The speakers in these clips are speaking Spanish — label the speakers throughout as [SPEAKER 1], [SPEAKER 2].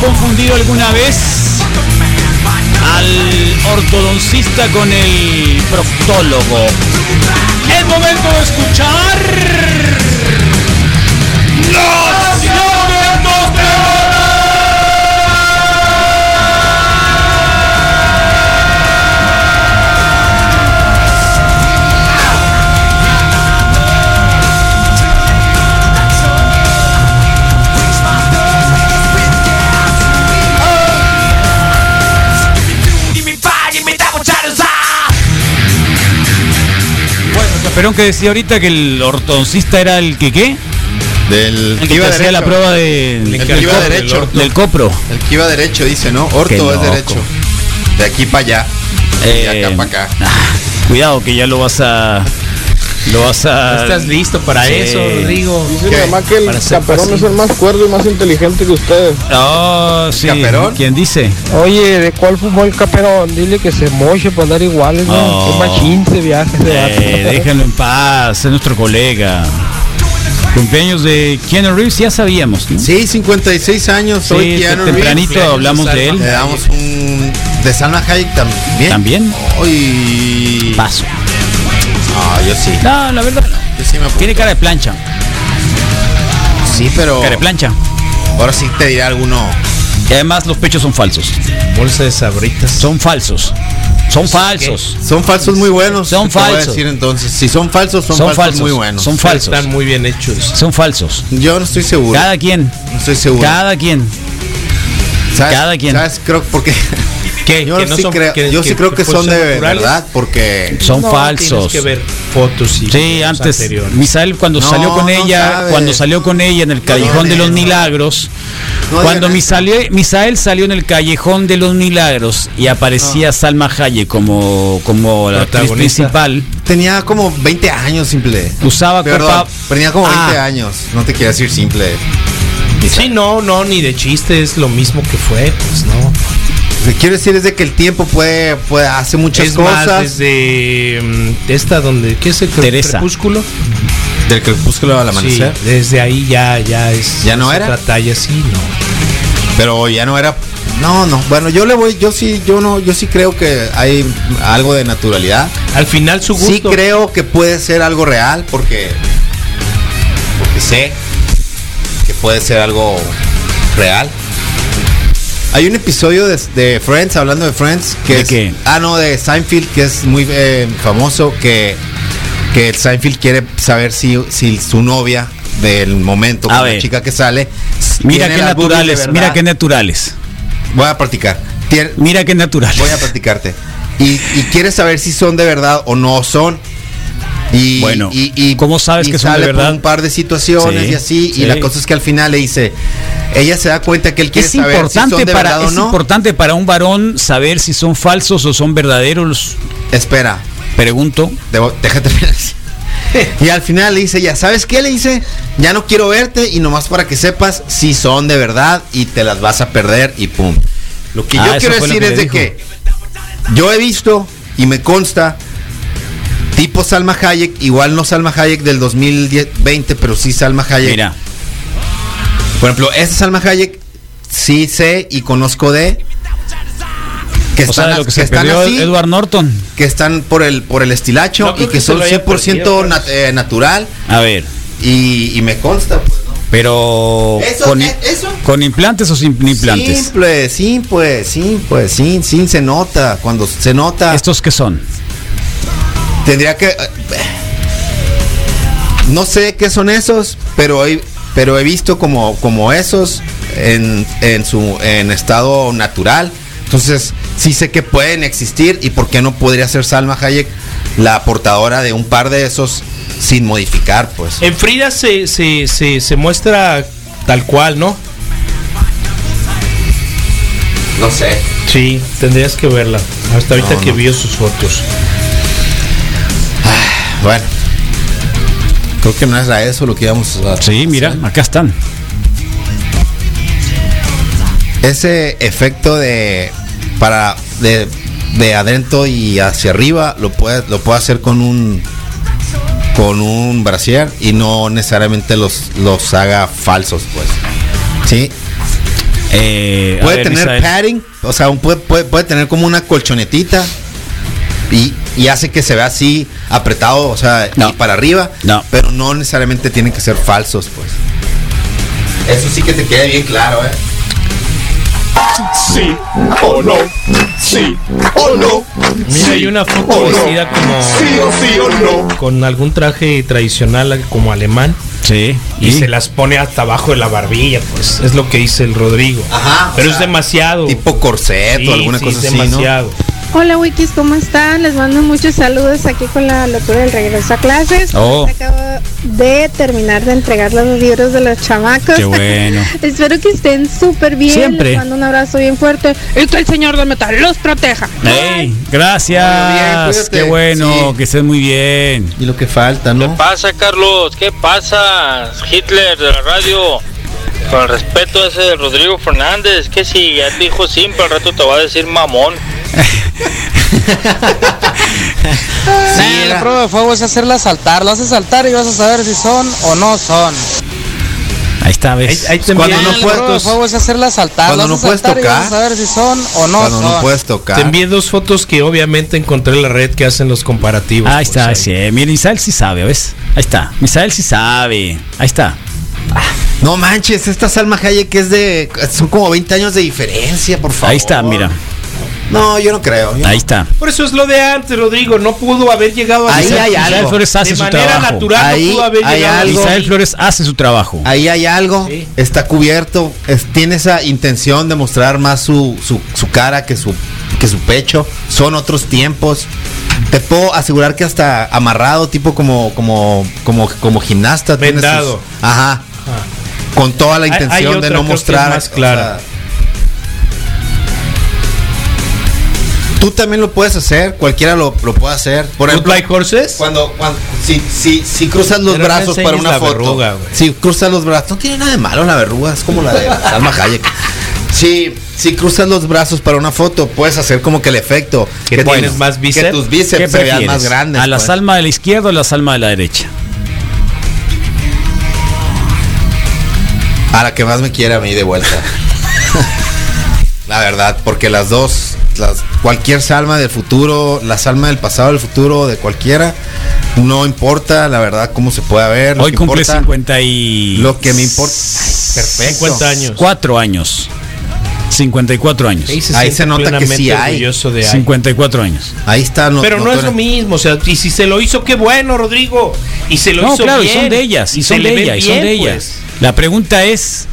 [SPEAKER 1] confundido alguna vez al ortodoncista con el proctólogo. Es momento de escuchar los lamentos de Perón que decía ahorita que el ortodoncista era el que qué?
[SPEAKER 2] Del
[SPEAKER 1] El que te hacía la prueba de-
[SPEAKER 2] El
[SPEAKER 1] del,
[SPEAKER 2] que iba
[SPEAKER 1] copro,
[SPEAKER 2] derecho.
[SPEAKER 1] del copro.
[SPEAKER 2] El que iba derecho dice, ¿no? Orto
[SPEAKER 1] Qué
[SPEAKER 2] es
[SPEAKER 1] loco.
[SPEAKER 2] derecho. De aquí para allá. de
[SPEAKER 1] Eh,
[SPEAKER 2] acá para acá.
[SPEAKER 1] ah, Cuidado que ya lo vas a. Lo vas a.
[SPEAKER 3] No estás listo para
[SPEAKER 1] Sí.
[SPEAKER 3] eso, Rodrigo.
[SPEAKER 4] Dice
[SPEAKER 2] ¿Qué?
[SPEAKER 4] mi mamá que
[SPEAKER 1] Para
[SPEAKER 4] el
[SPEAKER 1] ser
[SPEAKER 4] caperón
[SPEAKER 1] fácil.
[SPEAKER 4] es el más cuerdo y más inteligente que ustedes.
[SPEAKER 1] Oh, sí.
[SPEAKER 2] ¿Caperón?
[SPEAKER 1] ¿Quién dice?
[SPEAKER 4] Oye, ¿de cuál fumó el caperón? Dile que se moche para andar iguales,
[SPEAKER 1] ¿no? Oh. Qué machín
[SPEAKER 4] se viaja
[SPEAKER 1] Eh, déjenlo en paz, es nuestro colega. Cumpleaños de Keanu Reeves, ya sabíamos, ¿no?
[SPEAKER 2] Sí, 56 años,
[SPEAKER 1] Sí,
[SPEAKER 2] soy Keanu Reeves.
[SPEAKER 1] tempranito
[SPEAKER 3] Reeves.
[SPEAKER 1] hablamos de
[SPEAKER 2] Le
[SPEAKER 1] él.
[SPEAKER 2] damos un... De Salma Hayek también.
[SPEAKER 1] También.
[SPEAKER 2] Ay.
[SPEAKER 1] Paso.
[SPEAKER 2] No, yo sí.
[SPEAKER 1] No, la verdad. no.
[SPEAKER 2] Yo sí me apunto.
[SPEAKER 1] Tiene cara de plancha.
[SPEAKER 2] Sí, pero...
[SPEAKER 1] Cara de plancha.
[SPEAKER 2] Ahora sí te diré alguno.
[SPEAKER 1] Y además los pechos son falsos.
[SPEAKER 3] Bolsa de sabritas.
[SPEAKER 1] Son falsos. Son falsos.
[SPEAKER 2] Son falsos muy buenos.
[SPEAKER 1] Son
[SPEAKER 2] te voy a
[SPEAKER 1] falsos.
[SPEAKER 2] decir entonces. Si son falsos, son,
[SPEAKER 1] Son
[SPEAKER 2] falsos,
[SPEAKER 1] falsos.
[SPEAKER 2] muy buenos.
[SPEAKER 1] Son falsos.
[SPEAKER 3] Están muy bien hechos.
[SPEAKER 1] Son falsos.
[SPEAKER 2] Yo no estoy seguro.
[SPEAKER 1] Cada quien.
[SPEAKER 2] no estoy seguro.
[SPEAKER 1] Cada quien.
[SPEAKER 2] ¿Sabes-
[SPEAKER 1] cada quien.
[SPEAKER 2] ¿Sabes? Creo porque...
[SPEAKER 3] ¿Qué?
[SPEAKER 2] Yo,
[SPEAKER 3] ¿Que no
[SPEAKER 2] sí,
[SPEAKER 3] son-
[SPEAKER 2] creo, yo sí creo que,
[SPEAKER 3] pues,
[SPEAKER 2] son de
[SPEAKER 3] naturales?
[SPEAKER 2] verdad, porque...
[SPEAKER 1] Son
[SPEAKER 3] No,
[SPEAKER 1] falsos.
[SPEAKER 3] Tienes que ver fotos y
[SPEAKER 1] Sí,
[SPEAKER 3] videos
[SPEAKER 1] antes
[SPEAKER 3] anteriores.
[SPEAKER 1] Misael cuando
[SPEAKER 2] No,
[SPEAKER 1] salió con
[SPEAKER 2] no
[SPEAKER 1] ella,
[SPEAKER 2] sabe.
[SPEAKER 1] cuando salió con ella en el callejón de los
[SPEAKER 2] no.
[SPEAKER 1] milagros,
[SPEAKER 2] No
[SPEAKER 1] cuando
[SPEAKER 2] digan eso.
[SPEAKER 1] Misael, Misael salió en el callejón de los milagros y
[SPEAKER 2] Ah.
[SPEAKER 1] aparecía Salma Hayek como como la actriz
[SPEAKER 3] Protagonista.
[SPEAKER 1] principal,
[SPEAKER 2] Tenía como 20 años simple.
[SPEAKER 3] Ah,
[SPEAKER 1] usaba
[SPEAKER 2] Perdón,
[SPEAKER 1] copa.
[SPEAKER 2] tenía como 20
[SPEAKER 1] Ah,
[SPEAKER 2] años. No te quiero decir simple.
[SPEAKER 3] Sí, no, no, ni de chiste, es lo mismo que fue, pues no.
[SPEAKER 2] Lo que quiero decir es de que el tiempo puede, puede hace muchas
[SPEAKER 3] es
[SPEAKER 2] cosas.
[SPEAKER 3] más desde mm, de esta donde ¿qué es el cre-
[SPEAKER 1] Teresa.
[SPEAKER 3] crepúsculo?
[SPEAKER 2] Del crepúsculo al
[SPEAKER 3] Sí,
[SPEAKER 2] amanecer.
[SPEAKER 3] desde ahí ya ya es
[SPEAKER 2] ¿Ya no
[SPEAKER 3] es
[SPEAKER 2] era?
[SPEAKER 3] otra talla sí, no.
[SPEAKER 2] Pero ya no era. No, no. Bueno, yo le voy. Yo sí, yo no, yo sí creo que hay algo de naturalidad.
[SPEAKER 3] Al final su gusto
[SPEAKER 2] Sí creo que puede ser algo real porque. Porque sé que puede ser algo real. Hay un episodio de, de Friends, hablando de Friends, que
[SPEAKER 1] ¿De
[SPEAKER 2] es-
[SPEAKER 1] qué?
[SPEAKER 2] Ah, no, de Seinfeld, que es muy eh, famoso, que, que Seinfeld quiere saber si, si su novia del momento,
[SPEAKER 1] A
[SPEAKER 2] con la
[SPEAKER 1] ver.
[SPEAKER 2] chica que sale,
[SPEAKER 1] Mira
[SPEAKER 2] tiene
[SPEAKER 1] qué
[SPEAKER 2] las boobies de
[SPEAKER 1] naturales, mira
[SPEAKER 2] verdad.
[SPEAKER 1] qué naturales.
[SPEAKER 2] Voy a practicar. Tiene-
[SPEAKER 1] Mira qué naturales.
[SPEAKER 2] Voy a practicarte. Y, y quieres saber si son de verdad o no son. Y,
[SPEAKER 1] Bueno,
[SPEAKER 2] y, y-
[SPEAKER 1] ¿cómo sabes
[SPEAKER 2] y
[SPEAKER 1] que son de
[SPEAKER 2] sale por
[SPEAKER 1] verdad?
[SPEAKER 2] un par de situaciones
[SPEAKER 1] Sí,
[SPEAKER 2] y así.
[SPEAKER 1] sí.
[SPEAKER 2] Y la cosa es que al final le dice, ella se da cuenta que él quiere
[SPEAKER 1] es
[SPEAKER 2] saber
[SPEAKER 1] importante
[SPEAKER 2] si son de
[SPEAKER 1] para
[SPEAKER 2] verdad o
[SPEAKER 1] es
[SPEAKER 2] no.
[SPEAKER 1] importante para un varón saber si son falsos o son verdaderos.
[SPEAKER 2] Espera,
[SPEAKER 1] Pregunto.
[SPEAKER 2] debo- déjate terminar. Y al final le dice, ya sabes qué le dice, ya no quiero verte y nomás para que sepas si son de verdad y te las vas a perder y pum. Lo que
[SPEAKER 1] Ah,
[SPEAKER 2] yo
[SPEAKER 1] eso
[SPEAKER 2] quiero
[SPEAKER 1] fue lo
[SPEAKER 2] decir
[SPEAKER 1] que
[SPEAKER 2] es
[SPEAKER 1] le
[SPEAKER 2] de
[SPEAKER 1] dijo.
[SPEAKER 2] que yo he visto y me consta tipo Salma Hayek, igual no Salma Hayek del 2020, pero sí Salma Hayek.
[SPEAKER 1] Mira,
[SPEAKER 2] Por ejemplo, esa Salma Hayek sí sé y conozco de que
[SPEAKER 1] o sea,
[SPEAKER 2] están,
[SPEAKER 1] de lo que se
[SPEAKER 2] están
[SPEAKER 1] perdió
[SPEAKER 2] así,
[SPEAKER 1] Edward Norton.
[SPEAKER 2] que están por el por el estilacho
[SPEAKER 3] No creo
[SPEAKER 2] y que,
[SPEAKER 3] que se
[SPEAKER 2] son
[SPEAKER 3] lo haya
[SPEAKER 2] 100%
[SPEAKER 3] perdido, pues.
[SPEAKER 2] nat- eh, natural
[SPEAKER 1] A ver,
[SPEAKER 2] y, y me consta pues, ¿no?
[SPEAKER 1] pero
[SPEAKER 2] Eso,
[SPEAKER 1] con,
[SPEAKER 2] eh, eso.
[SPEAKER 1] con implantes o sin implantes.
[SPEAKER 2] Simple, sí, pues, sí, pues, sí, sí, se nota. Cuando se nota,
[SPEAKER 1] ¿Estos qué son?
[SPEAKER 2] tendría que. eh, No sé qué son esos, pero he, pero he visto como, como esos en, en su en estado natural. Entonces, sí sé que pueden existir y por qué no podría ser Salma Hayek la portadora de un par de esos sin modificar, pues.
[SPEAKER 3] En Frida se, se, se, se muestra tal cual, ¿no?
[SPEAKER 2] No sé.
[SPEAKER 3] Sí, tendrías que verla. Hasta ahorita
[SPEAKER 2] No,
[SPEAKER 3] que
[SPEAKER 2] no.
[SPEAKER 3] vio sus fotos.
[SPEAKER 2] Bueno. Creo que no era eso lo que íbamos a
[SPEAKER 1] Sí, mira, acá están.
[SPEAKER 2] Ese efecto de para de, de adentro y hacia arriba lo puede lo puede hacer con un con un brasier y no necesariamente los los haga falsos, pues. Sí.
[SPEAKER 1] Eh, a
[SPEAKER 2] Puede
[SPEAKER 1] ver,
[SPEAKER 2] tener
[SPEAKER 1] Misael.
[SPEAKER 2] padding, o sea, un- puede, puede- puede tener como una colchonetita y, y hace que se vea así apretado, o sea,
[SPEAKER 1] No.
[SPEAKER 2] y para arriba,
[SPEAKER 1] No.
[SPEAKER 2] pero no necesariamente tienen que ser falsos, pues. Eso sí que te quede bien claro, ¿eh?
[SPEAKER 5] sí o no, sí o no,
[SPEAKER 3] Mira, hay una foto
[SPEAKER 5] o no.
[SPEAKER 3] vestida como
[SPEAKER 5] sí o sí o no,
[SPEAKER 3] con algún traje tradicional como alemán
[SPEAKER 1] Sí.
[SPEAKER 3] y se las pone hasta abajo de la barbilla, pues es lo que dice el Rodrigo.
[SPEAKER 2] Ajá, o
[SPEAKER 3] Pero es
[SPEAKER 2] sea,
[SPEAKER 3] demasiado.
[SPEAKER 2] Tipo corset
[SPEAKER 3] Oh. Sí,
[SPEAKER 2] o alguna
[SPEAKER 3] sí,
[SPEAKER 2] cosa
[SPEAKER 3] es
[SPEAKER 2] así, ¿no?
[SPEAKER 3] demasiado.
[SPEAKER 6] Hola Wikis, ¿cómo están? Les mando muchos saludos aquí con la locura del regreso a clases.
[SPEAKER 1] Oh.
[SPEAKER 6] Acabo de terminar de entregar los libros de los chamacos.
[SPEAKER 1] Qué bueno.
[SPEAKER 6] Espero que estén súper bien.
[SPEAKER 1] Siempre.
[SPEAKER 6] Les mando un abrazo bien fuerte. Y que el señor del metal los proteja.
[SPEAKER 1] Ey,
[SPEAKER 2] Muy bien,
[SPEAKER 1] gracias.
[SPEAKER 2] cuídate.
[SPEAKER 1] Qué bueno,
[SPEAKER 2] Sí.
[SPEAKER 1] que estés muy bien.
[SPEAKER 2] Y lo que falta, ¿no?
[SPEAKER 7] pasa, Carlos? ¿Qué pasa? Hitler de la radio. Con el respeto ese de Rodrigo Fernández, que si ya te dijo simple, al rato te va a decir mamón.
[SPEAKER 2] Sí,
[SPEAKER 8] Nah,
[SPEAKER 2] era-
[SPEAKER 8] la prueba de fuego es hacerla saltar. Lo haces saltar y vas a saber si son o no son.
[SPEAKER 1] Ahí está,
[SPEAKER 3] Ahí,
[SPEAKER 1] ves.
[SPEAKER 3] ahí te
[SPEAKER 2] Cuando
[SPEAKER 3] envían-
[SPEAKER 2] no
[SPEAKER 8] Nah, la
[SPEAKER 2] puedes-
[SPEAKER 8] prueba de fuego es hacerla saltar.
[SPEAKER 2] Cuando
[SPEAKER 8] Lo
[SPEAKER 2] no
[SPEAKER 8] haces
[SPEAKER 2] puedes
[SPEAKER 8] saltar y vas a
[SPEAKER 2] tocar.
[SPEAKER 8] saber si son o no
[SPEAKER 2] Cuando
[SPEAKER 8] son.
[SPEAKER 2] no puedes tocar.
[SPEAKER 3] Te envié dos fotos que obviamente encontré en la red que hacen los comparativos.
[SPEAKER 1] Ahí
[SPEAKER 3] pues,
[SPEAKER 1] está, sí. Mira, Misael sí sabe, ¿ves? Ahí está. Misael sí sabe. Ahí está.
[SPEAKER 2] No manches, esta Salma Hayek es de. Son como 20 años de diferencia, por favor.
[SPEAKER 1] Ahí está, mira.
[SPEAKER 2] No, yo no creo. yo no.
[SPEAKER 1] Ahí está.
[SPEAKER 3] Por eso es lo de antes, Rodrigo. No pudo haber llegado a
[SPEAKER 2] Ahí
[SPEAKER 3] Misael
[SPEAKER 2] hay
[SPEAKER 3] Flores.
[SPEAKER 2] algo.
[SPEAKER 1] Misael Flores hace
[SPEAKER 3] de
[SPEAKER 1] su
[SPEAKER 3] manera
[SPEAKER 1] trabajo.
[SPEAKER 3] natural
[SPEAKER 2] Ahí
[SPEAKER 3] no pudo haber
[SPEAKER 2] hay
[SPEAKER 3] llegado. a
[SPEAKER 2] algo.
[SPEAKER 1] Misael
[SPEAKER 3] Misael Flores.
[SPEAKER 1] Flores hace su trabajo.
[SPEAKER 2] Ahí hay algo,
[SPEAKER 3] Sí.
[SPEAKER 2] está cubierto, es- tiene esa intención de mostrar más su, su- su cara que su, que su pecho. Son otros tiempos. Te puedo asegurar que hasta amarrado, tipo como, como, como, como gimnasta. tiene sus-
[SPEAKER 3] Vendado. Ah.
[SPEAKER 2] ajá. Con toda la
[SPEAKER 3] Hay- hay
[SPEAKER 2] intención
[SPEAKER 3] otra,
[SPEAKER 2] de
[SPEAKER 3] creo
[SPEAKER 2] no
[SPEAKER 3] que es
[SPEAKER 2] mostrar.
[SPEAKER 3] más
[SPEAKER 2] o
[SPEAKER 3] clara.
[SPEAKER 2] sea, tú también lo puedes hacer, cualquiera lo, lo puede hacer. Por
[SPEAKER 3] Good
[SPEAKER 2] ejemplo,
[SPEAKER 3] Like Horses.
[SPEAKER 2] cuando, cuando si, si, si cruzas los
[SPEAKER 3] Pero no
[SPEAKER 2] brazos para
[SPEAKER 3] enseñes
[SPEAKER 2] una
[SPEAKER 3] la
[SPEAKER 2] foto.
[SPEAKER 3] verruga, güey.
[SPEAKER 2] si cruzas los brazos, no tiene nada de malo la verruga, es como la de Salma Hayek. Si, si cruzas los brazos para una foto, puedes hacer como que el efecto
[SPEAKER 3] Que tienes más
[SPEAKER 2] que
[SPEAKER 3] bíceps.
[SPEAKER 2] tus
[SPEAKER 1] ¿Qué
[SPEAKER 2] bíceps se vean
[SPEAKER 1] prefieres?
[SPEAKER 2] más grandes.
[SPEAKER 1] ¿A la
[SPEAKER 2] pues.
[SPEAKER 1] salma de la izquierda o la salma de la derecha?
[SPEAKER 2] A la que más me quiera a mí de vuelta. la verdad, porque las dos, las, cualquier salma del futuro, la salma del pasado, del futuro, de cualquiera, no importa, la verdad, cómo se pueda ver. lo
[SPEAKER 1] Hoy
[SPEAKER 2] que
[SPEAKER 1] cumple
[SPEAKER 2] importa-
[SPEAKER 1] 50 y...
[SPEAKER 2] Lo que me importa. Ay, perfecto.
[SPEAKER 3] 50 años.
[SPEAKER 1] Cuatro años. 54 años.
[SPEAKER 2] Ahí
[SPEAKER 3] siente
[SPEAKER 2] se nota que
[SPEAKER 3] plenamente
[SPEAKER 2] sí hay.
[SPEAKER 3] orgulloso de ahí.
[SPEAKER 1] 54 años.
[SPEAKER 2] Ahí está. no-
[SPEAKER 3] Pero no, es
[SPEAKER 2] tiene-
[SPEAKER 3] lo mismo, o sea, y si se lo hizo, qué bueno, Rodrigo. Y se lo
[SPEAKER 1] no,
[SPEAKER 3] hizo
[SPEAKER 1] claro,
[SPEAKER 3] bien.
[SPEAKER 1] y son de ellas, y
[SPEAKER 3] se
[SPEAKER 1] son
[SPEAKER 3] le
[SPEAKER 1] de
[SPEAKER 3] ve
[SPEAKER 1] ellas, y son
[SPEAKER 3] bien,
[SPEAKER 1] de ellas.
[SPEAKER 3] pues.
[SPEAKER 1] La pregunta es,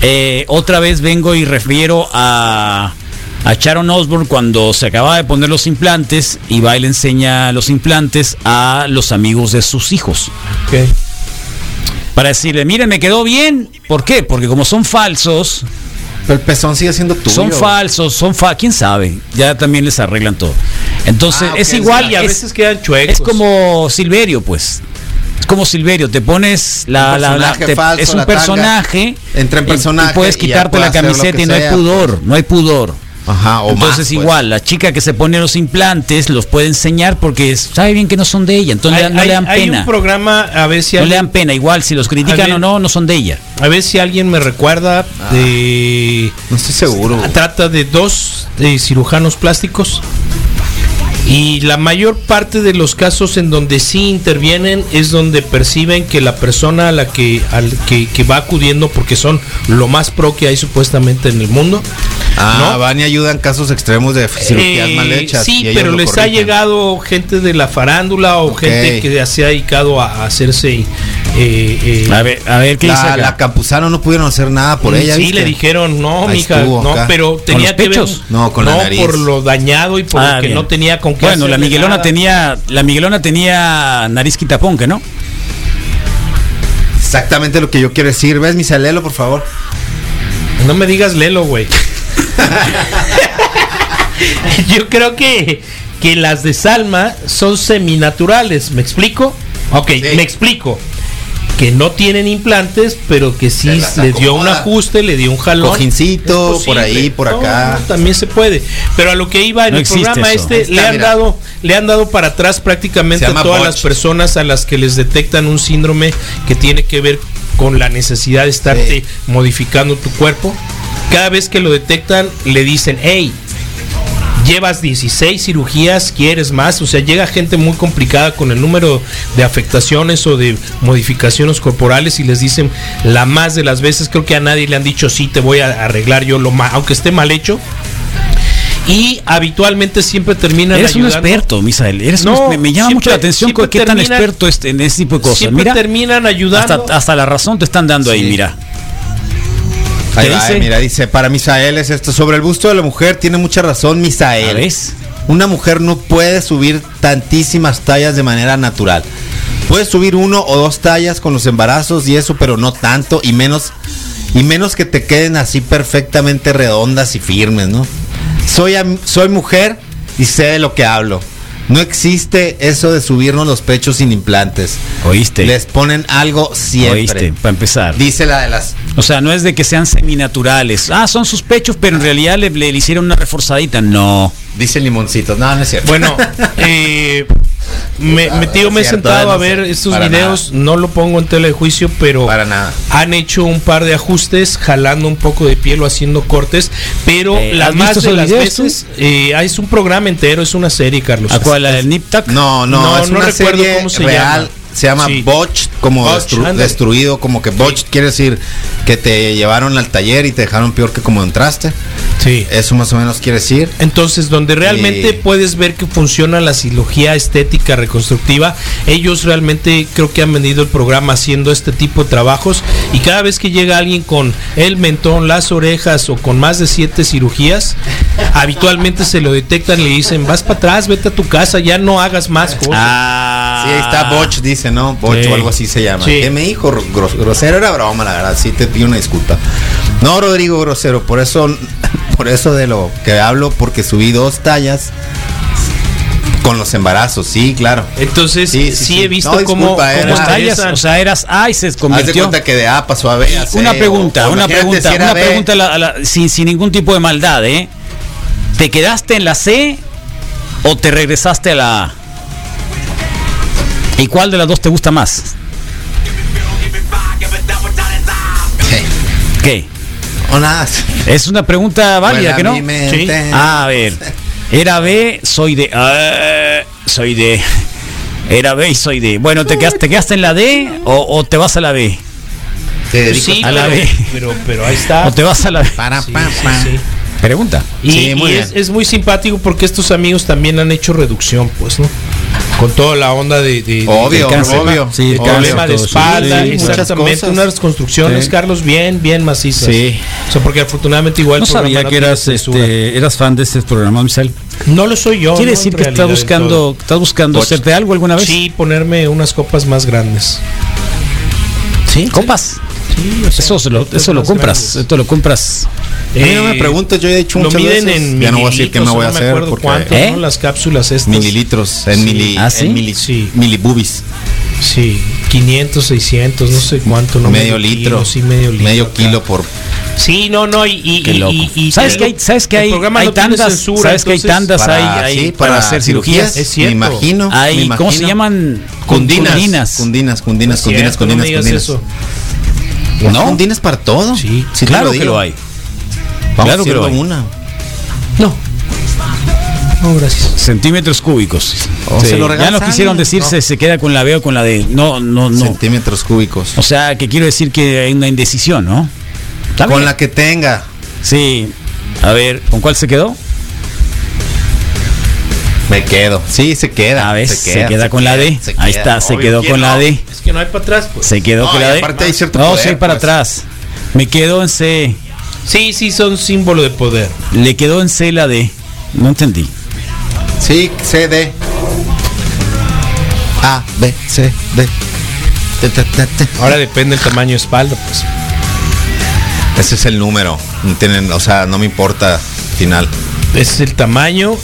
[SPEAKER 1] eh, otra vez vengo y refiero a, a Sharon Osbourne cuando se acababa de poner los implantes y va y le enseña los implantes a los amigos de sus hijos. Para decirle, miren, me quedó bien. ¿Por qué? Porque como son falsos,
[SPEAKER 2] Pero el pezón sigue siendo tuyo.
[SPEAKER 1] son falsos, son fa, quién sabe. Ya también les arreglan todo. Entonces,
[SPEAKER 2] Ah,
[SPEAKER 1] es
[SPEAKER 2] ok,
[SPEAKER 1] igual
[SPEAKER 3] Y a
[SPEAKER 1] es-
[SPEAKER 3] veces quedan chuecos.
[SPEAKER 1] es como Silverio, pues. Es como Silverio, te pones la,
[SPEAKER 2] Un
[SPEAKER 1] la- la-
[SPEAKER 2] personaje
[SPEAKER 1] te-
[SPEAKER 2] falso,
[SPEAKER 1] es un
[SPEAKER 2] la tanga.
[SPEAKER 1] personaje,
[SPEAKER 2] Entra en
[SPEAKER 1] y-
[SPEAKER 2] personaje
[SPEAKER 1] y puedes
[SPEAKER 2] y ya
[SPEAKER 1] quitarte
[SPEAKER 2] puede
[SPEAKER 1] la
[SPEAKER 2] hacer lo
[SPEAKER 1] camiseta
[SPEAKER 2] que
[SPEAKER 1] y no hay
[SPEAKER 2] sea.
[SPEAKER 1] pudor, no hay pudor.
[SPEAKER 2] Ajá, o
[SPEAKER 1] entonces
[SPEAKER 2] más, pues.
[SPEAKER 1] igual, la chica que se pone los implantes los puede enseñar porque es- sabe bien que no son de ella, entonces
[SPEAKER 3] Hay-
[SPEAKER 1] no le dan
[SPEAKER 3] hay- hay
[SPEAKER 1] pena.
[SPEAKER 3] un programa, a ver si
[SPEAKER 1] No le
[SPEAKER 3] alguien,
[SPEAKER 1] dan pena, igual si los critican
[SPEAKER 3] ver.
[SPEAKER 1] o no, no son de ella.
[SPEAKER 3] a ver si alguien me recuerda de
[SPEAKER 2] No estoy seguro. güey.
[SPEAKER 3] trata de dos eh, cirujanos plásticos y la mayor parte de los casos en donde sí intervienen es donde perciben que la persona a la que, al que, que va acudiendo, porque son lo más pro que hay supuestamente en el mundo,
[SPEAKER 2] Ah,
[SPEAKER 3] ¿no?
[SPEAKER 2] van y ayudan casos extremos de cirugías
[SPEAKER 3] Eh,
[SPEAKER 2] mal hechas.
[SPEAKER 3] Sí,
[SPEAKER 2] y ellos
[SPEAKER 3] pero
[SPEAKER 2] lo
[SPEAKER 3] les ha
[SPEAKER 2] corrigen.
[SPEAKER 3] llegado gente de la farándula o
[SPEAKER 2] Ok.
[SPEAKER 3] gente que se ha dedicado a hacerse... eh, eh,
[SPEAKER 1] A ver, a ver qué dice
[SPEAKER 2] La,
[SPEAKER 1] acá?
[SPEAKER 2] la Campuzano no pudieron hacer nada por ella.
[SPEAKER 3] Mm, Sí,
[SPEAKER 2] ¿viste?
[SPEAKER 3] le dijeron, no,
[SPEAKER 2] Ahí
[SPEAKER 3] mija,
[SPEAKER 2] estuvo
[SPEAKER 3] no,
[SPEAKER 2] acá.
[SPEAKER 3] pero tenía
[SPEAKER 1] los
[SPEAKER 3] que ver.
[SPEAKER 1] pechos?
[SPEAKER 2] No, con la nariz.
[SPEAKER 3] por lo dañado y por
[SPEAKER 1] Ah,
[SPEAKER 3] lo que
[SPEAKER 1] bien.
[SPEAKER 3] no tenía con qué
[SPEAKER 1] Bueno, la
[SPEAKER 3] hacerle
[SPEAKER 1] Miguelona
[SPEAKER 3] nada.
[SPEAKER 1] tenía la Miguelona tenía nariz quitaponque, ¿no?
[SPEAKER 2] Exactamente lo que yo quiero decir. ¿Ves, Misalelo, por favor?
[SPEAKER 3] No me digas Lelo, güey. Yo creo que, que las de Salma son seminaturales, ¿me explico? Ok,
[SPEAKER 2] Sí.
[SPEAKER 3] me explico. Que no tienen implantes, pero que
[SPEAKER 2] Se
[SPEAKER 3] sí
[SPEAKER 2] las
[SPEAKER 3] les dio un
[SPEAKER 2] acomoda.
[SPEAKER 3] ajuste, le dio un jalón.
[SPEAKER 2] Cojincito,
[SPEAKER 3] Es posible.
[SPEAKER 2] por ahí, por
[SPEAKER 3] No,
[SPEAKER 2] acá.
[SPEAKER 3] no, también se puede. Pero a lo que iba en
[SPEAKER 1] No
[SPEAKER 3] el
[SPEAKER 1] existe
[SPEAKER 3] programa
[SPEAKER 1] eso.
[SPEAKER 3] este,
[SPEAKER 2] Ahí está,
[SPEAKER 3] le han
[SPEAKER 2] mira.
[SPEAKER 3] dado, le han dado para atrás prácticamente
[SPEAKER 2] Se
[SPEAKER 3] a
[SPEAKER 2] llama
[SPEAKER 3] todas
[SPEAKER 2] botch.
[SPEAKER 3] las personas a las que les detectan un síndrome que tiene que ver con la necesidad de estarte
[SPEAKER 2] Sí.
[SPEAKER 3] modificando tu cuerpo. Cada vez que lo detectan, le dicen, hey, llevas 16 cirugías, quieres más. O sea, llega gente muy complicada con el número de afectaciones o de modificaciones corporales y les dicen la más de las veces. Creo que a nadie le han dicho, sí, te voy a arreglar yo lo más, aunque esté mal hecho. Y habitualmente siempre terminan
[SPEAKER 1] Eres un
[SPEAKER 3] ayudando-
[SPEAKER 1] experto, Misael. Eres un
[SPEAKER 3] No,
[SPEAKER 1] ex- me, me llama mucho
[SPEAKER 3] siempre-
[SPEAKER 1] la atención
[SPEAKER 3] siempre
[SPEAKER 1] qué tan
[SPEAKER 3] termina-
[SPEAKER 1] experto es en ese tipo de cosas.
[SPEAKER 3] Siempre
[SPEAKER 1] Mira,
[SPEAKER 3] terminan ayudando.
[SPEAKER 1] hasta, hasta la razón te están dando ahí,
[SPEAKER 2] Sí.
[SPEAKER 1] mira.
[SPEAKER 2] Ahí
[SPEAKER 1] ¿Qué
[SPEAKER 2] va, eh,
[SPEAKER 1] dice?
[SPEAKER 2] mira, dice, para Misael es esto. Sobre el busto de la mujer, tiene mucha razón
[SPEAKER 1] ¿Ya
[SPEAKER 2] Misael.
[SPEAKER 1] ves?
[SPEAKER 2] Una mujer no puede subir tantísimas tallas de manera natural. Puede subir uno o dos tallas con los embarazos y eso, pero no tanto y menos y menos que te queden así perfectamente redondas y firmes, ¿no? Soy am- soy mujer y sé de lo que hablo. No existe eso de subirnos los pechos sin implantes.
[SPEAKER 1] Oíste.
[SPEAKER 2] Les ponen algo siempre.
[SPEAKER 1] Oíste, para empezar.
[SPEAKER 2] Dice la de las
[SPEAKER 1] O sea, no es de que sean seminaturales. Ah, son sus pechos, pero en realidad le, le hicieron una reforzadita. No.
[SPEAKER 2] Dice limoncitos. No, no es cierto.
[SPEAKER 3] Bueno, eh, me, me- tío, me he
[SPEAKER 2] Cierto,
[SPEAKER 1] ¿eh?
[SPEAKER 3] sentado a
[SPEAKER 2] no sé,
[SPEAKER 3] ver estos
[SPEAKER 2] para
[SPEAKER 3] videos, no lo pongo en tela de juicio, pero
[SPEAKER 2] Para nada.
[SPEAKER 3] han hecho un par de ajustes, jalando un poco de piel o haciendo cortes, pero
[SPEAKER 1] Eh,
[SPEAKER 3] la
[SPEAKER 1] ¿has
[SPEAKER 3] más
[SPEAKER 1] visto
[SPEAKER 3] de
[SPEAKER 1] esos
[SPEAKER 3] las
[SPEAKER 1] videos tú?
[SPEAKER 3] veces eh, ah, es un programa entero, es una serie, Carlos.
[SPEAKER 1] ¿A cuál? ¿La del Nip Tuck?
[SPEAKER 2] No, no,
[SPEAKER 3] No,
[SPEAKER 2] es
[SPEAKER 3] no
[SPEAKER 2] una
[SPEAKER 3] recuerdo
[SPEAKER 2] serie
[SPEAKER 3] cómo se
[SPEAKER 2] real.
[SPEAKER 3] llama.
[SPEAKER 2] Se llama
[SPEAKER 3] Sí.
[SPEAKER 2] botch, como
[SPEAKER 3] Botched,
[SPEAKER 2] destru-
[SPEAKER 3] ándale.
[SPEAKER 2] destruido, como que botch quiere decir que te llevaron al taller y te dejaron peor que como entraste.
[SPEAKER 3] Sí.
[SPEAKER 2] Eso más o menos quiere decir.
[SPEAKER 3] Entonces, donde realmente
[SPEAKER 2] Sí.
[SPEAKER 3] puedes ver que funciona la cirugía estética reconstructiva, ellos realmente creo que han venido el programa haciendo este tipo de trabajos y cada vez que llega alguien con el mentón, las orejas o con más de siete cirugías, habitualmente se lo detectan y le dicen, vas para atrás, vete a tu casa, ya no hagas más cosas.
[SPEAKER 1] Ah.
[SPEAKER 2] Sí, ahí está botch, dice, ¿no? Botch
[SPEAKER 3] Sí.
[SPEAKER 2] o algo así se llama.
[SPEAKER 3] Sí.
[SPEAKER 2] ¿Qué me dijo? Ro- gros- grosero era broma, la verdad. Sí, te pido una disculpa. No, Rodrigo, grosero. Por eso, por eso de lo que hablo, porque subí dos tallas con los embarazos. Sí, claro.
[SPEAKER 3] Entonces, sí,
[SPEAKER 2] Sí, sí, sí.
[SPEAKER 3] he visto
[SPEAKER 2] No,
[SPEAKER 3] cómo,
[SPEAKER 2] disculpa,
[SPEAKER 3] cómo
[SPEAKER 2] era-
[SPEAKER 1] Dos
[SPEAKER 2] Ah,
[SPEAKER 1] tallas,
[SPEAKER 3] regresan.
[SPEAKER 1] o sea, eras A y se
[SPEAKER 2] Haz de
[SPEAKER 1] convirtió.
[SPEAKER 2] cuenta que de A pasó a B. a C,
[SPEAKER 1] Una
[SPEAKER 2] o-
[SPEAKER 1] pregunta,
[SPEAKER 2] o
[SPEAKER 1] una
[SPEAKER 2] imagínate
[SPEAKER 1] pregunta,
[SPEAKER 2] si era
[SPEAKER 1] una
[SPEAKER 2] B.
[SPEAKER 1] pregunta a la- a la- sin, sin ningún tipo de maldad, ¿eh? ¿Te quedaste en la C o te regresaste a la A? ¿Y cuál de las dos te gusta más? ¿Qué?
[SPEAKER 2] O nada.
[SPEAKER 1] Es una pregunta válida,
[SPEAKER 2] Vuela
[SPEAKER 1] ¿que no?
[SPEAKER 2] mi mente.
[SPEAKER 1] Sí. A ver. Era B, soy de. ah, soy de. Era B y soy de. Bueno, ¿te quedaste, te quedaste en la D o, o te vas a la B?
[SPEAKER 2] Te dedico
[SPEAKER 3] Sí,
[SPEAKER 1] a la
[SPEAKER 3] pero,
[SPEAKER 1] B.
[SPEAKER 3] pero, pero ahí está.
[SPEAKER 1] ¿O te vas a la B?
[SPEAKER 2] Para
[SPEAKER 3] Sí,
[SPEAKER 2] pa,
[SPEAKER 3] sí,
[SPEAKER 2] pa.
[SPEAKER 3] sí.
[SPEAKER 1] Pregunta.
[SPEAKER 3] Y,
[SPEAKER 2] Sí, muy
[SPEAKER 3] y
[SPEAKER 2] bien.
[SPEAKER 3] es, es muy simpático porque estos amigos también han hecho reducción, pues, ¿no? Con toda la onda de... de- de-
[SPEAKER 2] Obvio,
[SPEAKER 1] Del cáncer.
[SPEAKER 2] obvio.
[SPEAKER 1] Sí,
[SPEAKER 3] de
[SPEAKER 1] el
[SPEAKER 3] problema
[SPEAKER 1] cáncer,
[SPEAKER 3] de
[SPEAKER 1] todo, sí.
[SPEAKER 3] espalda,
[SPEAKER 2] Sí, muchas
[SPEAKER 3] exactamente,
[SPEAKER 2] cosas.
[SPEAKER 3] unas reconstrucciones,
[SPEAKER 9] Sí.
[SPEAKER 3] Carlos, bien, bien macizas.
[SPEAKER 9] Sí.
[SPEAKER 3] O sea, porque afortunadamente igual...
[SPEAKER 9] No
[SPEAKER 3] el programa
[SPEAKER 9] sabía que
[SPEAKER 3] tiene
[SPEAKER 9] eras,
[SPEAKER 3] censura.
[SPEAKER 9] este, eras fan de este programa, Misael.
[SPEAKER 3] No lo soy yo.
[SPEAKER 1] ¿Quiere
[SPEAKER 3] ¿no?
[SPEAKER 1] decir
[SPEAKER 3] En
[SPEAKER 1] que estás
[SPEAKER 3] realidad, del
[SPEAKER 1] buscando, estás buscando
[SPEAKER 2] Ocho.
[SPEAKER 1] hacerte algo alguna
[SPEAKER 3] todo.
[SPEAKER 1] vez?
[SPEAKER 3] Sí, ponerme unas copas más grandes.
[SPEAKER 1] ¿Sí? ¿Copas?
[SPEAKER 3] Sí, o sea,
[SPEAKER 1] Eso, se lo,
[SPEAKER 3] copas
[SPEAKER 1] eso lo
[SPEAKER 3] más
[SPEAKER 1] compras,
[SPEAKER 3] grandes.
[SPEAKER 1] esto lo compras.
[SPEAKER 2] A mí no
[SPEAKER 3] Eh,
[SPEAKER 2] me preguntes, yo he hecho
[SPEAKER 3] Lo
[SPEAKER 2] muchas
[SPEAKER 3] miden
[SPEAKER 2] veces.
[SPEAKER 3] en
[SPEAKER 2] Ya no voy a decir
[SPEAKER 3] mililitros,
[SPEAKER 2] qué me voy a
[SPEAKER 3] no me
[SPEAKER 2] hacer
[SPEAKER 3] acuerdo
[SPEAKER 2] porque-
[SPEAKER 3] cuánto,
[SPEAKER 1] ¿Eh?
[SPEAKER 3] ¿no? Las cápsulas estas.
[SPEAKER 2] Mililitros, en
[SPEAKER 3] Sí.
[SPEAKER 2] mili,
[SPEAKER 1] ¿Ah, sí?
[SPEAKER 2] en mili,
[SPEAKER 3] Sí.
[SPEAKER 2] milibubis,
[SPEAKER 3] Sí, 500, 600, no sé cuánto. No
[SPEAKER 2] medio litro,
[SPEAKER 3] kilo, sí, medio litro. acá.
[SPEAKER 2] kilo por.
[SPEAKER 3] Sí, no, no, y... y
[SPEAKER 1] Qué
[SPEAKER 3] y-
[SPEAKER 1] loco.
[SPEAKER 3] y- y-
[SPEAKER 1] ¿Sabes
[SPEAKER 3] el-
[SPEAKER 1] que hay, sabes que
[SPEAKER 3] el
[SPEAKER 1] hay,
[SPEAKER 3] programa
[SPEAKER 1] hay
[SPEAKER 3] no tiene
[SPEAKER 1] tandas?
[SPEAKER 3] censura,
[SPEAKER 1] ¿Sabes que hay
[SPEAKER 3] entonces-
[SPEAKER 1] tandas hay,
[SPEAKER 2] para-
[SPEAKER 1] hay
[SPEAKER 2] sí,
[SPEAKER 1] para, hacer cirugías?
[SPEAKER 3] cirugías. Es
[SPEAKER 2] me
[SPEAKER 3] cierto.
[SPEAKER 2] imagino. me
[SPEAKER 1] Hay,
[SPEAKER 2] imagino.
[SPEAKER 1] ¿cómo se llaman?
[SPEAKER 2] Cundinas,
[SPEAKER 1] Cundinas.
[SPEAKER 2] cundinas, cundinas, cundinas,
[SPEAKER 3] Cierto, no me
[SPEAKER 2] cundinas,
[SPEAKER 3] digas
[SPEAKER 2] cundinas.
[SPEAKER 3] eso.
[SPEAKER 2] ¿No? Cundinas para todo.
[SPEAKER 3] Sí,
[SPEAKER 2] te
[SPEAKER 1] claro que
[SPEAKER 2] digo.
[SPEAKER 1] lo hay.
[SPEAKER 2] Vamos
[SPEAKER 1] Claro que lo
[SPEAKER 2] haciendo
[SPEAKER 1] hay.
[SPEAKER 2] una.
[SPEAKER 3] No. No, gracias.
[SPEAKER 1] Centímetros cúbicos. Sí.
[SPEAKER 2] Oh, se lo
[SPEAKER 1] Ya
[SPEAKER 2] regalas
[SPEAKER 1] nos
[SPEAKER 2] a
[SPEAKER 1] quisieron
[SPEAKER 2] alguien.
[SPEAKER 1] decir se, se queda con la B o con la D. No, no, no.
[SPEAKER 2] Centímetros cúbicos.
[SPEAKER 1] O sea, que quiero decir que hay una indecisión, ¿no? ¿Está
[SPEAKER 2] Con
[SPEAKER 1] bien?
[SPEAKER 2] la que tenga.
[SPEAKER 1] Sí. A ver, ¿con cuál se quedó?
[SPEAKER 2] Me quedo. Sí, se queda.
[SPEAKER 1] A ver,
[SPEAKER 2] se queda,
[SPEAKER 1] con la D.
[SPEAKER 2] se
[SPEAKER 1] Ahí
[SPEAKER 2] queda.
[SPEAKER 1] está, se
[SPEAKER 2] Obvio,
[SPEAKER 1] quedó
[SPEAKER 2] ¿quién
[SPEAKER 1] con la
[SPEAKER 2] no?
[SPEAKER 1] D.
[SPEAKER 3] Es que no hay para atrás, pues.
[SPEAKER 1] Se quedó
[SPEAKER 2] No,
[SPEAKER 1] con la
[SPEAKER 2] y
[SPEAKER 1] D.
[SPEAKER 2] aparte hay cierto
[SPEAKER 1] no,
[SPEAKER 2] poder,
[SPEAKER 1] soy para
[SPEAKER 2] pues.
[SPEAKER 1] atrás. Me quedo en C.
[SPEAKER 3] Sí, sí, son símbolo de poder.
[SPEAKER 1] Le quedó en C la D. No entendí.
[SPEAKER 2] Sí, C, D. A, B, C, D. Te, te, te, te.
[SPEAKER 3] Ahora depende el tamaño de espalda, pues.
[SPEAKER 2] Ese es el número. no tienen- o sea, no me importa final.
[SPEAKER 3] Ese es el tamaño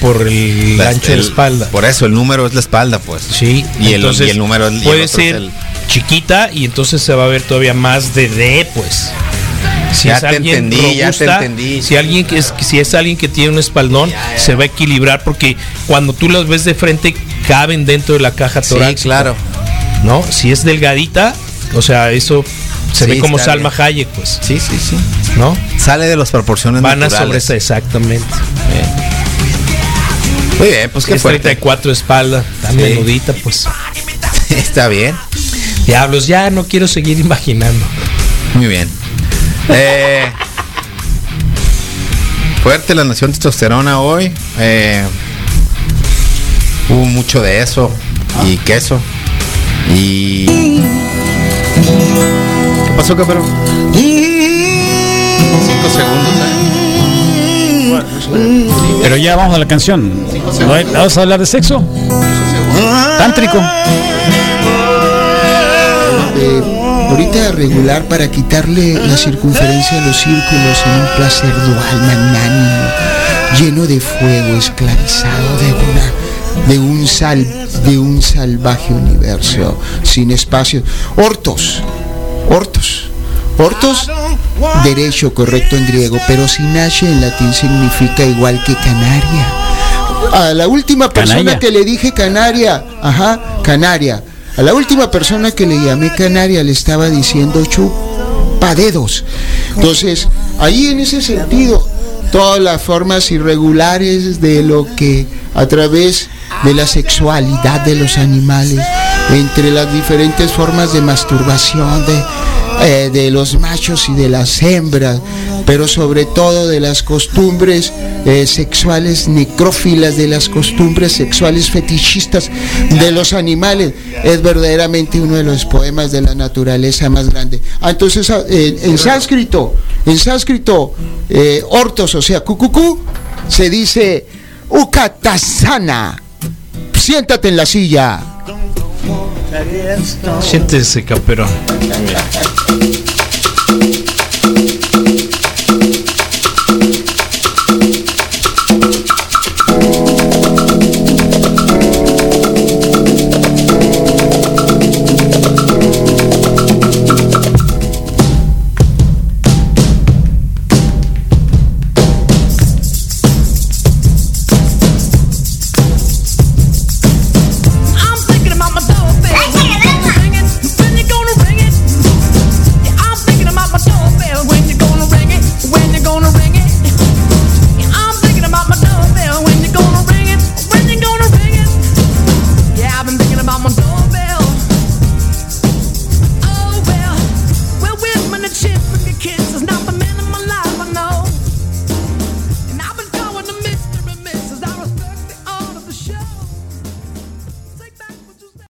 [SPEAKER 3] por el
[SPEAKER 2] La-
[SPEAKER 3] ancho de
[SPEAKER 2] el-
[SPEAKER 3] la espalda.
[SPEAKER 2] Por eso el número es la espalda, pues.
[SPEAKER 3] Sí,
[SPEAKER 2] Y,
[SPEAKER 3] entonces
[SPEAKER 2] el, y el número es- y el
[SPEAKER 3] puede
[SPEAKER 2] otro es
[SPEAKER 3] ser
[SPEAKER 2] el-
[SPEAKER 3] chiquita y entonces se va a ver todavía más de D, pues. Si
[SPEAKER 2] Ya
[SPEAKER 3] es
[SPEAKER 2] te
[SPEAKER 3] alguien
[SPEAKER 2] entendí, ya te entendí.
[SPEAKER 3] Si alguien que es si es alguien que tiene un espaldón, se va a equilibrar porque cuando tú los ves de frente caben dentro de la caja
[SPEAKER 2] Sí,
[SPEAKER 3] torácica,
[SPEAKER 2] claro.
[SPEAKER 3] ¿no? Si es delgadita, o sea, eso Se
[SPEAKER 2] Sí,
[SPEAKER 3] ve como
[SPEAKER 2] está
[SPEAKER 3] Salma
[SPEAKER 2] bien.
[SPEAKER 3] Hayek, pues,
[SPEAKER 2] Sí, sí, sí.
[SPEAKER 3] ¿no?
[SPEAKER 2] Sale de las proporciones
[SPEAKER 3] Van a sobre
[SPEAKER 2] naturales.
[SPEAKER 3] esa, exactamente.
[SPEAKER 2] Muy bien, pues qué
[SPEAKER 3] Es
[SPEAKER 2] fuerte.
[SPEAKER 3] 34 de espalda, tan
[SPEAKER 2] Sí.
[SPEAKER 3] menudita, pues.
[SPEAKER 2] Está bien.
[SPEAKER 3] Diablos, ya no quiero seguir imaginando.
[SPEAKER 2] Muy bien. Eh, fuerte la nación testosterona hoy. Eh, hubo mucho de eso y queso. Y. ¿Qué pasó, cabrón? Cinco segundos, ¿eh?
[SPEAKER 1] Pero ya vamos a la canción. ¿No hay- ¿Vamos a hablar de sexo? Tántrico.
[SPEAKER 10] ahorita regular para quitarle la circunferencia de los círculos en un placer dual, magnánimo, lleno de fuego, esclavizado de una de un sal de un salvaje universo sin espacio. Hortos, hortos, hortos, derecho correcto en griego, pero sin h en latín significa igual que canaria. A la última persona
[SPEAKER 1] Canalla.
[SPEAKER 10] que le dije canaria, ajá, canaria. A la última persona que le llamé canaria le estaba diciendo chupa dedos. Entonces, ahí en ese sentido, todas las formas irregulares de lo que a través de la sexualidad de los animales, entre las diferentes formas de masturbación, de, eh, de los machos y de las hembras, pero sobre todo de las costumbres eh, sexuales necrófilas, de las costumbres sexuales fetichistas de los animales. Es verdaderamente uno de los poemas de la naturaleza más grande. Ah, entonces, ah, eh, en sánscrito, en sánscrito, eh, ortos, o sea, cucucú, se dice ukatasana. Siéntate en la silla.
[SPEAKER 3] Siéntese, caperón.
[SPEAKER 10] Oh,